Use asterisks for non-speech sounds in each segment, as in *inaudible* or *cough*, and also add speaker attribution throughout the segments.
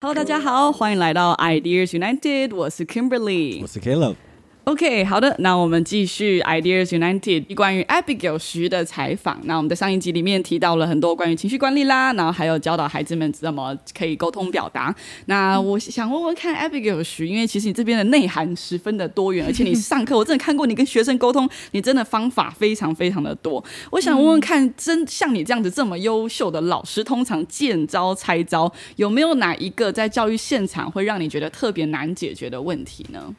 Speaker 1: Hello，大家好，欢迎来到 Ideas United，我是 Kimberly
Speaker 2: 我。是 Caleb。
Speaker 1: OK，好的，那我们继续 Ideas United 关于 Abigail 徐的采访。那我们在上一集里面提到了很多关于情绪管理啦，然后还有教导孩子们怎么可以沟通表达。那我想问问看 Abigail 徐，因为其实你这边的内涵十分的多元，而且你上课我真的看过你跟学生沟通，你真的方法非常非常的多。我想问问看，真像你这样子这么优秀的老师，通常见招拆招，有没有哪一个在教育现场会让你觉得特别难解决的问题呢？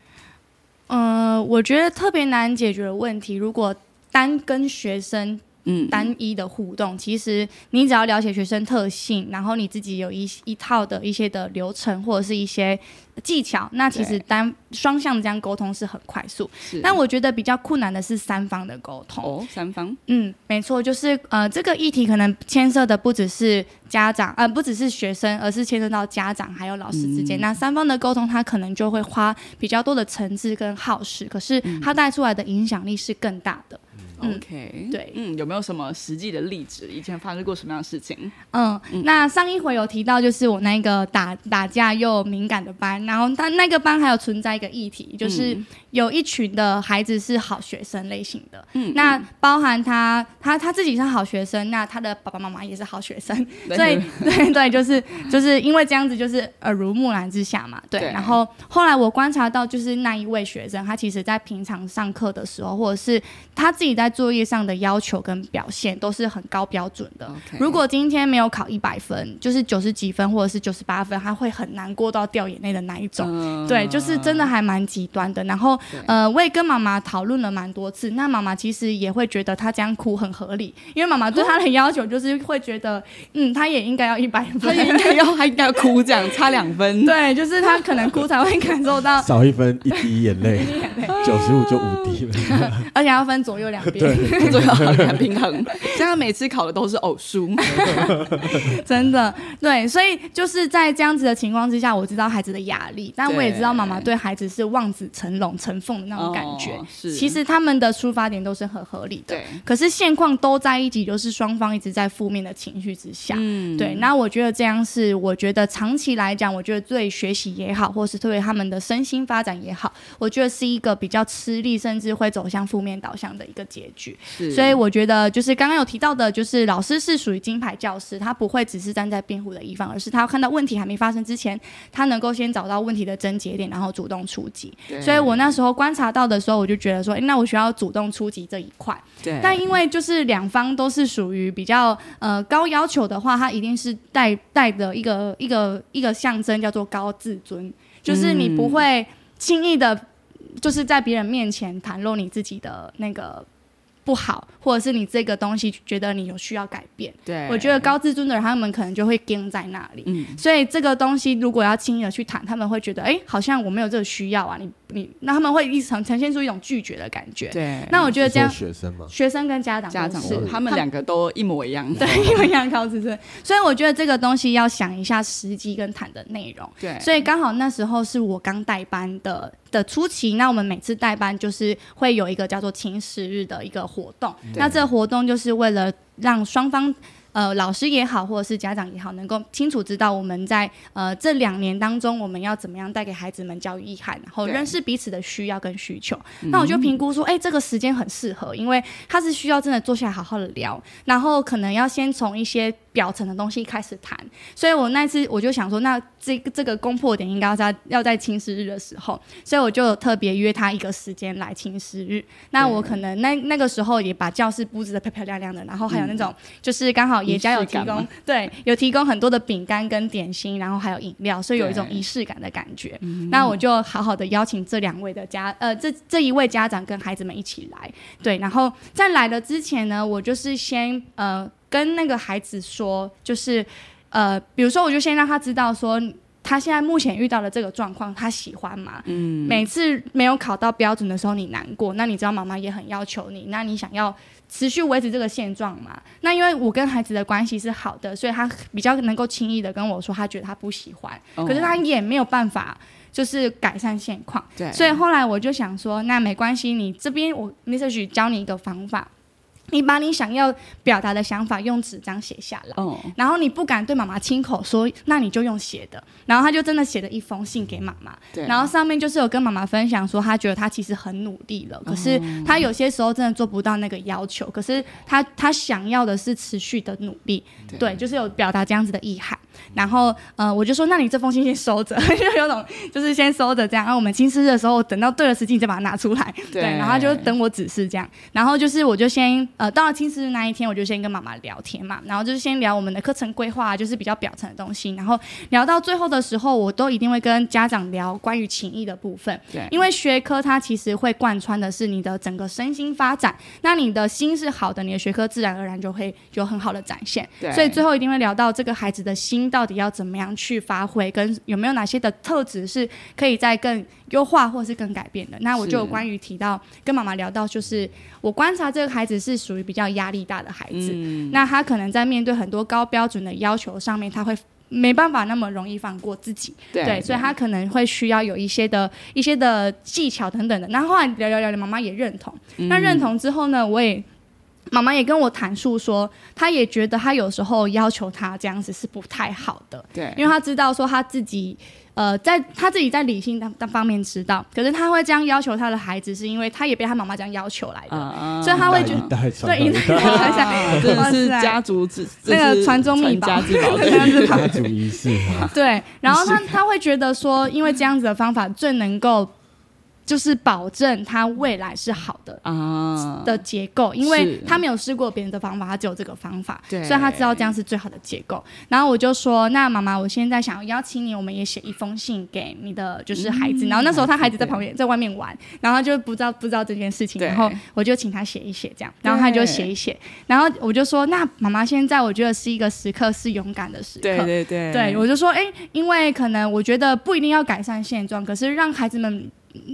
Speaker 3: 呃，我觉得特别难解决的问题，如果单跟学生
Speaker 1: 嗯，
Speaker 3: 单一的互动，其实你只要了解学生特性，然后你自己有一一套的一些的流程或者是一些技巧，那其实
Speaker 1: 对
Speaker 3: 单双向这样沟通是很快速。
Speaker 1: 是
Speaker 3: 但我觉得比较困难的是三方的沟通。
Speaker 1: 哦，三方
Speaker 3: 嗯，没错，就是呃，这个议题可能牵涉的不只是家长，呃，不只是学生，而是牵涉到家长还有老师之
Speaker 1: 嗯
Speaker 3: 间。那三方的沟通，它可能就会花比较多的层次跟耗时，可是
Speaker 1: 嗯
Speaker 3: 它带出来的影响力是更大的。嗯
Speaker 1: OK，
Speaker 3: 对
Speaker 1: 嗯，有没有什么实际的例子？以前发生过什么样的事情？
Speaker 3: 嗯，那上一回有提到，就是我那个打打架又敏感的班，然后他那个班还有存在一个议题，就是
Speaker 1: 嗯
Speaker 3: 有一群的孩子是好学生类型的，
Speaker 1: 嗯
Speaker 3: 那包含他他他自己是好学生，那他的爸爸妈妈也是好学生，
Speaker 1: 对
Speaker 3: 所以 *laughs* 对对，就是就是因为这样子，就是耳濡目染之下嘛，对。
Speaker 1: 对
Speaker 3: 然后后来我观察到，就是那一位学生，他其实在平常上课的时候，或者是他自己在作业上的要求跟表现，都是很高标准的。
Speaker 1: OK
Speaker 3: 如果今天没有考一百分，就是九十几分或者是九十八分，他会很难过到掉眼泪的那一种。
Speaker 1: 嗯
Speaker 3: 对，就是真的还蛮极端的。然后
Speaker 1: 对，
Speaker 3: 呃，我也跟妈妈讨论了蛮多次。那妈妈其实也会觉得她这样哭很合理，因为妈妈对她的要求就是会觉得，嗯，她也应该要一百
Speaker 1: 他也
Speaker 3: 分。
Speaker 1: 应该要，他应该要哭，这样差两分。
Speaker 3: 对，就是她可能哭才会感受到，
Speaker 2: 少一分一滴眼泪，九十五就五滴了。
Speaker 3: 而且啊要分左右两
Speaker 1: *laughs*
Speaker 3: 边，
Speaker 1: 最好两平衡。现在每次考的都是偶
Speaker 3: *laughs*
Speaker 1: 数，
Speaker 3: 真的对。所以就是在这样子的情况之下，我知道孩子的压力，但我也知道妈妈对孩子是望子成龙、成凤的那种感觉。
Speaker 1: 哦是
Speaker 3: 其实他们的出发点都是很合理的。
Speaker 1: 对，
Speaker 3: 可是现况都在一起，就是双方一直在负面的情绪之下。
Speaker 1: 嗯
Speaker 3: 对，那我觉得这样是，我觉得长期来讲，我觉得对学习也好，或是对他们的身心发展也好，我觉得是一个比较吃力，甚至会走向负面导向的一个结局。
Speaker 1: 是
Speaker 3: 所以我觉得，就是刚刚有提到的，就是老师是属于金牌教师，他不会只是站在辩护的一方，而是他看到问题还没发生之前，他能够先找到问题的症结点，然后主动出击。
Speaker 1: 对
Speaker 3: 所以我那时候观察到的时候，我就觉得说，诶那我需要主动出击这一块。
Speaker 1: 对，
Speaker 3: 但因为就是两方都是属于比较呃高要求的话，它一定是带带的一个一个一个象征叫做高自尊，就是你不会轻易的，就是在别人面前袒露你自己的那个不好，或者是你这个东西觉得你有需要改变。
Speaker 1: 对，
Speaker 3: 我觉得高自尊的人，他们可能就会盯在那里。
Speaker 1: 嗯
Speaker 3: 所以这个东西如果要轻易的去谈，他们会觉得，哎、好像我没有这个需要啊，你你，那他们会一呈呈现出一种拒绝的感觉。
Speaker 1: 对，
Speaker 3: 那我觉得这样
Speaker 2: 你说学生嘛，
Speaker 3: 学生跟家长
Speaker 1: 家
Speaker 3: 都
Speaker 1: 长
Speaker 3: 是
Speaker 1: 他们两个都一模一样，
Speaker 3: 对，因为要高自尊，所以我觉得这个东西要想一下时机跟谈的内容。
Speaker 1: 对，
Speaker 3: 所以刚好那时候是我刚带班的的初期，那我们每次带班就是会有一个叫做“情史日”的一个活动。那这个活动就是为了让双方，呃，老师也好，或者是家长也好，能够清楚知道我们在呃这两年当中，我们要怎么样带给孩子们教育意涵，然后
Speaker 1: 对
Speaker 3: 认识彼此的需要跟需求。
Speaker 1: 嗯
Speaker 3: 那我就评估说，哎、这个时间很适合，因为他是需要真的坐下来好好的聊，然后可能要先从一些表层的东西开始谈。所以我那次我就想说，那这个这个攻破点应该要在要在青师日的时候，所以我就有特别约他一个时间来青师日。那我可能那那个时候也把教室布置的漂漂亮亮的，然后还有那种、就是刚好也家有提
Speaker 1: 仪式感
Speaker 3: 供
Speaker 1: 嘛
Speaker 3: *laughs* 对有提供很多的饼干跟点心，然后还有饮料，所以有一种
Speaker 1: 对
Speaker 3: 仪式感的感觉。那我就好好的邀请这两位的家呃这这一位家长跟孩子们一起来，对，然后在来的之前呢，我就是先呃跟那个孩子说，就是呃，比如说我就先让他知道说。他现在目前遇到的这个状况，他喜欢吗？嗯，每次没有考到标准的时候，你难过，那你知道妈妈也很要求你，那你想要持续维持这个现状嘛？那因为我跟孩子的关系是好的，所以他比较能够轻易的跟我说，他觉得他不喜欢，
Speaker 1: 哦
Speaker 3: 可是他也没有办法就是改善现况。
Speaker 1: 对，
Speaker 3: 所以后来我就想说，那没关系，你这边我 Mr. 许教你一个方法。你把你想要表达的想法用纸张写下来。
Speaker 1: 哦，
Speaker 3: 然后你不敢对妈妈亲口说，那你就用写的。然后他就真的写了一封信给妈妈，
Speaker 1: 对，啊
Speaker 3: 然后上面就是有跟妈妈分享说，他觉得他其实很努力了，可是他有些时候真的做不到那个要求，可是他他想要的是持续的努力，
Speaker 1: 对
Speaker 3: 对，就是有表达这样子的意涵。然后呃，我就说，那你这封信先收着，就有种就是先收着这样，然后我们亲师的时候，等到对的时机你再把它拿出来，
Speaker 1: 对
Speaker 3: 然后他就等我指示这样。然后就是我就先呃，到了亲师那一天，我就先跟妈妈聊天嘛，然后就是先聊我们的课程规划，啊就是比较表层的东西，然后聊到最后的时候，我都一定会跟家长聊关于情谊的部分，
Speaker 1: 对
Speaker 3: 因为学科它其实会贯穿的是你的整个身心发展，那你的心是好的，你的学科自然而然就会有很好的展现。
Speaker 1: 对
Speaker 3: 所以最后一定会聊到这个孩子的心到底要怎么样去发挥，跟有没有哪些的特质是可以再更优化或是更改变的。那我
Speaker 1: 是
Speaker 3: 就有关于提到跟妈妈聊到，就是我观察这个孩子是属于比较压力大的孩子，
Speaker 1: 嗯
Speaker 3: 那他可能在面对很多高标准的要求上面，他会。没办法那么容易放过自己，
Speaker 1: 对
Speaker 3: 所以他可能会需要有一些的一些的技巧等等的。那后来聊聊聊聊，妈妈也认同。
Speaker 1: 嗯
Speaker 3: 那认同之后呢，我也妈妈也跟我阐述说，她也觉得她有时候要求她这样子是不太好的，
Speaker 1: 对，
Speaker 3: 因为她知道说她自己。呃，在她自己在理性当当方面知道，可是她会这样要求她的孩子，是因为她也被她妈妈这样要求来的，
Speaker 1: 啊
Speaker 3: 所以他会觉得
Speaker 2: 一代传
Speaker 3: 对，一
Speaker 2: 一
Speaker 3: 代
Speaker 2: 代
Speaker 1: *laughs*
Speaker 3: 传下来，
Speaker 1: 真的
Speaker 3: 哇
Speaker 1: 是
Speaker 3: 塞
Speaker 1: 家族之
Speaker 3: 那个传宗
Speaker 1: 密
Speaker 3: 秘
Speaker 1: 家
Speaker 3: 宝
Speaker 1: 之宝，
Speaker 3: 这样子跑
Speaker 2: 家族仪式嘛，
Speaker 3: 对，然后他他会觉得说，因为这样子的方法最能够就是保证他未来是好的。
Speaker 1: *laughs* 啊，
Speaker 3: 的结构，因为
Speaker 1: 是
Speaker 3: 他没有试过别人的方法，他只有这个方法，所
Speaker 1: 对
Speaker 3: 以他知道这样是最好的结构。然后我就说：“那妈妈，我现在想要邀请你，我们也写一封信给你的就是孩
Speaker 1: 嗯
Speaker 3: 子。然后那时候他孩子在旁边，在外面玩，然后他就不知道不知道这件事情，
Speaker 1: 对
Speaker 3: 然后我就请他写一写这样，然后他就写一写，然后我就说：那妈妈现在我觉得是一个时刻是勇敢的时刻，
Speaker 1: 对对对
Speaker 3: 对，我就说，哎、因为可能我觉得不一定要改善现状，可是让孩子们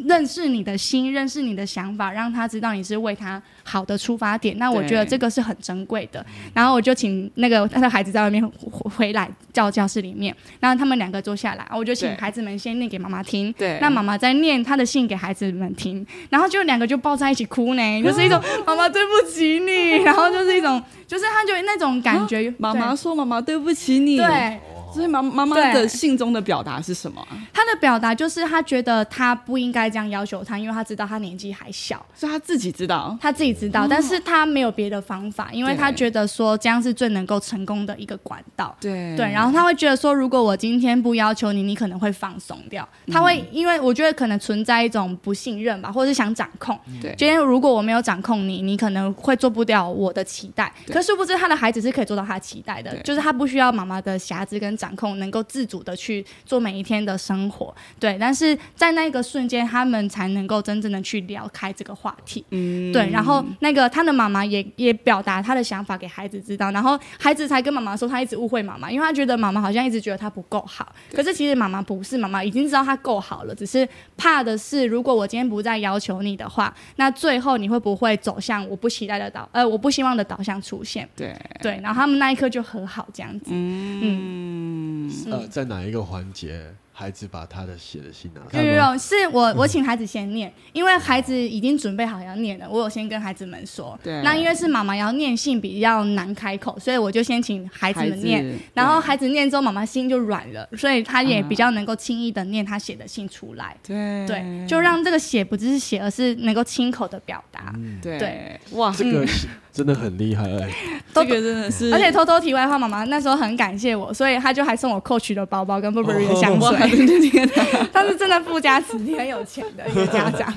Speaker 3: 认识你的心，认识你的想法，让他知道你是为他好的出发点。那我
Speaker 1: 对
Speaker 3: 觉得这个是很珍贵的。然后我就请那个他的孩子在外面回 *laughs* 回来叫教室里面，然后他们两个坐下来，我就请
Speaker 1: 对
Speaker 3: 孩子们先念给妈妈听，
Speaker 1: 对
Speaker 3: 那妈妈再念她的信给孩子们听，然后就两个就抱在一起哭呢，就
Speaker 1: *laughs*
Speaker 3: 是一种妈妈对不起你，然后就是一种就是他就那种感觉，
Speaker 1: 啊妈妈
Speaker 3: 对
Speaker 1: 说：“妈妈，对不起你。”，
Speaker 3: 对。
Speaker 1: 所以妈妈妈
Speaker 3: 对
Speaker 1: 的信中的表达是什么啊？
Speaker 3: 他的表达就是他觉得他不应该这样要求他，因为他知道他年纪还小，
Speaker 1: 所以她自己知道。
Speaker 3: 他自己知道，但是他没有别的方法，因为
Speaker 1: 对
Speaker 3: 他觉得说这样是最能够成功的一个管道。
Speaker 1: 对
Speaker 3: 对，然后他会觉得说，如果我今天不要求你，你可能会放松掉。他会，
Speaker 1: 嗯
Speaker 3: 因为我觉得可能存在一种不信任吧，或者是想掌控。
Speaker 1: 对
Speaker 3: 今天如果我没有掌控你，你可能会做不掉我的期待。
Speaker 1: 对
Speaker 3: 可殊不知，他的孩子是可以做到他的期待的
Speaker 1: 对，
Speaker 3: 就是他不需要妈妈的瑕疵跟掌控，能够自主的去做每一天的生活。对，但是在那个瞬间，他们才能够真正的去聊开这个话题。
Speaker 1: 嗯
Speaker 3: 对，然后那个他的妈妈也也表达他的想法给孩子知道，然后孩子才跟妈妈说他一直误会妈妈，因为他觉得妈妈好像一直觉得他不够好，可是其实妈妈不是，妈妈已经知道他够好了，只是怕的是如果我今天不再要求你的话，那最后你会不会走向我不期待的导呃我不希望的导向出现？
Speaker 1: 对
Speaker 3: 对，然后他们那一刻就和好这样子，嗯，
Speaker 2: 呃，在哪一个环节，孩子把他的写的信拿
Speaker 3: 有有有，是我
Speaker 1: 嗯
Speaker 3: 我请孩子先念，因为孩子已经准备好要念了，我有先跟孩子们说。
Speaker 1: 对
Speaker 3: 那因为是妈妈要念信比较难开口，所以我就先请孩子
Speaker 1: 孩
Speaker 3: 们
Speaker 1: 子
Speaker 3: 念，然后孩子念之后，妈妈心就软了，所以她也比较能够轻易的念她写的信出来。
Speaker 1: 嗯对
Speaker 3: 对，就让这个写不只是写，而是能够亲口的表达。
Speaker 1: 对
Speaker 3: 对
Speaker 1: 哇，
Speaker 2: 这
Speaker 3: 嗯
Speaker 2: 个是真的很厉害哎，
Speaker 1: 嗯这个真的是，
Speaker 3: 而且偷偷题外话，妈妈那时候很感谢我，所以她就还送我 Coach 的包包跟 Burberry 的香
Speaker 1: 哇，
Speaker 3: 水。
Speaker 1: 哦 *laughs*
Speaker 3: *laughs*
Speaker 1: 对对对对
Speaker 3: 她是真的富家子弟，很有钱的一个
Speaker 1: *laughs*
Speaker 3: 家长。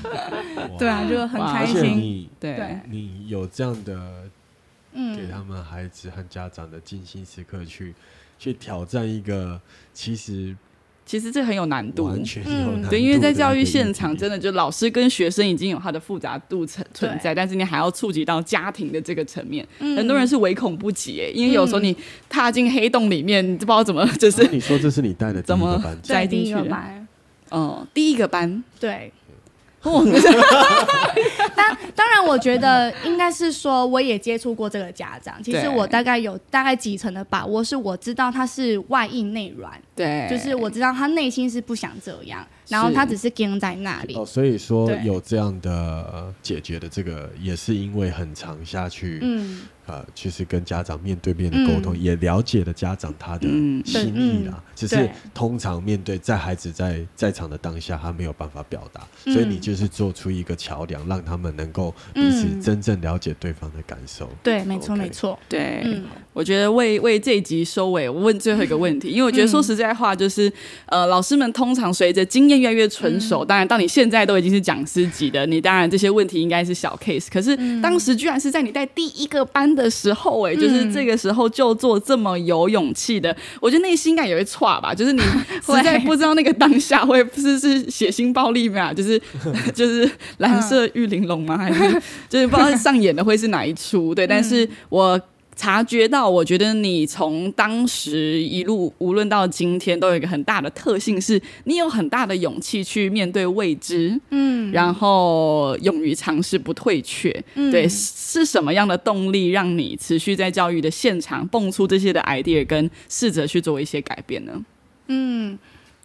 Speaker 3: 对啊，就很
Speaker 1: 哇
Speaker 3: 开
Speaker 2: 而且
Speaker 3: 心。
Speaker 2: 你
Speaker 1: 对
Speaker 3: 对
Speaker 2: 你有这样的
Speaker 3: 嗯
Speaker 2: 给他们孩子和家长的静心时刻去去挑战一个其实
Speaker 1: 其实这很有难度，
Speaker 2: 完全有难度的一个议题、
Speaker 1: 嗯对，因为在教育现场，真的就老师跟学生已经有他的复杂度存存在，但是你还要触及到家庭的这个层面，
Speaker 3: 嗯
Speaker 1: 很多人是唯恐不及、欸，因为有时候你踏进黑洞里面，你不知道怎么就
Speaker 2: 那
Speaker 1: 是，
Speaker 2: 你说这是你带的第一
Speaker 1: 怎
Speaker 2: 个
Speaker 1: 么
Speaker 2: 班级
Speaker 1: 对塞
Speaker 3: 对，
Speaker 1: 进
Speaker 3: 第
Speaker 1: *laughs*
Speaker 2: 嗯
Speaker 1: 去
Speaker 3: 一个班， *laughs*
Speaker 1: 哦、第一个班
Speaker 3: 对，
Speaker 1: 我们是
Speaker 3: 当当然，我觉得应该是说，我也接触过这个家长。其实
Speaker 1: 对
Speaker 3: 我大概有大概几成的把握，是我知道他是外硬内软，
Speaker 1: 对，
Speaker 3: 就是我知道他内心是不想这样，然后
Speaker 1: 哎是
Speaker 3: 他只是僵在那里
Speaker 2: 哦，。所以说
Speaker 3: 对
Speaker 2: 有这样的呃解决的这个，也是因为很常下去，
Speaker 3: 嗯，
Speaker 2: 呃，就是跟家长面对面的沟通，
Speaker 3: 嗯
Speaker 2: 也了解了家长他的
Speaker 1: 嗯
Speaker 2: 心意啦。只是
Speaker 3: 对
Speaker 2: 通常面对在孩子在在场的当下，他没有办法表达，所以
Speaker 3: 嗯
Speaker 2: 你就是做出一个桥梁，让他们能够彼此
Speaker 3: 嗯
Speaker 2: 真正了解对方的感
Speaker 3: *laughs*
Speaker 2: 受。
Speaker 3: 对，没错
Speaker 2: OK
Speaker 3: 没错。
Speaker 1: 对，
Speaker 3: 嗯，
Speaker 1: 我觉得为为这一集收尾，我问最后一个问题，因为我觉得说实在话，就是呃，老师们通常随着经验越来越成熟，当然到你现在都已经是讲师级的，你当然这些问题应该是小 case，可是当时居然是在你带第一个班的时候、哎、就是这个时候就做这么有勇气的，我觉得内心感也会歘吧，就是你实在不知道那个当下会是是血腥暴力嘛，就是就是蓝色玉玲珑吗？还是就是不知道上演的会是哪一出？对，但是我。察觉到，我觉得你从当时一路，无论到今天，都有一个很大的特性，是你有很大的勇气去面对未知，嗯，然后勇于尝试，不退却。
Speaker 3: 嗯
Speaker 1: 对，是什么样的动力让你持续在教育的现场蹦出这些的 idea，跟试着去做一些改变呢？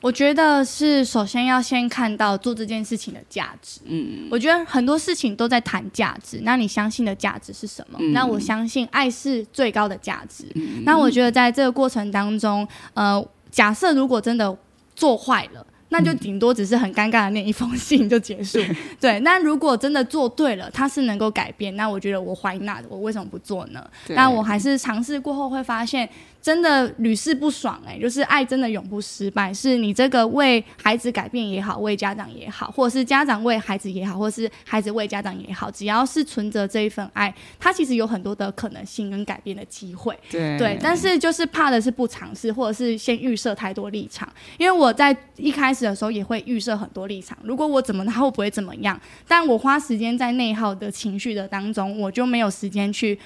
Speaker 3: 我觉得是首先要先看到做这件事情的价值。嗯，我觉得很多事情都在谈价值，那你相信的价值是什么？
Speaker 1: 嗯
Speaker 3: 那我相信爱是最高的价值。那我觉得在这个过程当中，呃，假设如果真的做坏了。那就顶多只是很尴尬的念一封信就结束。对，那如果真的做对了，它是能够改变，那我觉得我 why not？我为什么不做呢？
Speaker 1: 对
Speaker 3: 但我还是尝试过后会发现，真的屡试不爽哎、就是爱真的永不失败，是你这个为孩子改变也好，为家长也好，或者是家长为孩子也好，或是孩子为家长也好，只要是存着这一份爱，它其实有很多的可能性跟改变的机会。
Speaker 1: 对
Speaker 3: 对，但是就是怕的是不尝试，或者是先预设太多立场。因为我在一开始的时候也会预设很多立场，如果我怎么，他会不会怎么样？但我花时间在内耗的情绪的当中，我就没有时间去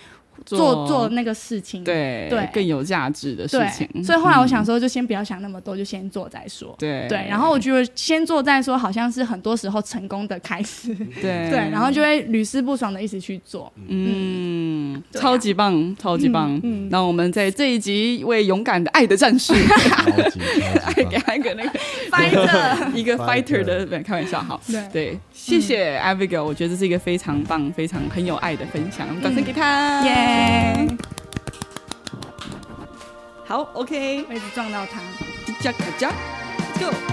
Speaker 3: 做做那个事情。
Speaker 1: 对
Speaker 3: 对
Speaker 1: 更有价值的事
Speaker 3: 对
Speaker 1: 情。嗯
Speaker 3: 所以后来我想说，就先不要想那么多，就先做再说。
Speaker 1: 对
Speaker 3: 对，然后我觉得先做再说，好像是很多时候成功的开始。
Speaker 1: 对
Speaker 3: 对，然后就会屡试不爽的一直去做。
Speaker 1: 嗯，
Speaker 3: 对啊
Speaker 1: 超级棒，超级棒。
Speaker 3: 嗯
Speaker 1: 那我们在这一集为勇敢的爱的战
Speaker 3: *laughs*
Speaker 1: 士， *laughs*
Speaker 2: 超级超级
Speaker 1: 给
Speaker 2: 棒，
Speaker 1: 他一个那个
Speaker 3: 掰
Speaker 1: *laughs*
Speaker 3: 着，
Speaker 1: 一个
Speaker 2: Fighter
Speaker 1: fighter 的，没有开玩笑，好。
Speaker 3: 对，
Speaker 1: 对，谢谢 Abigail，我觉得这是一个非常棒、非常很有爱的分享，我们掌声给他。
Speaker 3: 嗯耶，
Speaker 1: 好，OK，
Speaker 3: 我一直撞到他。
Speaker 1: 加加加，Go。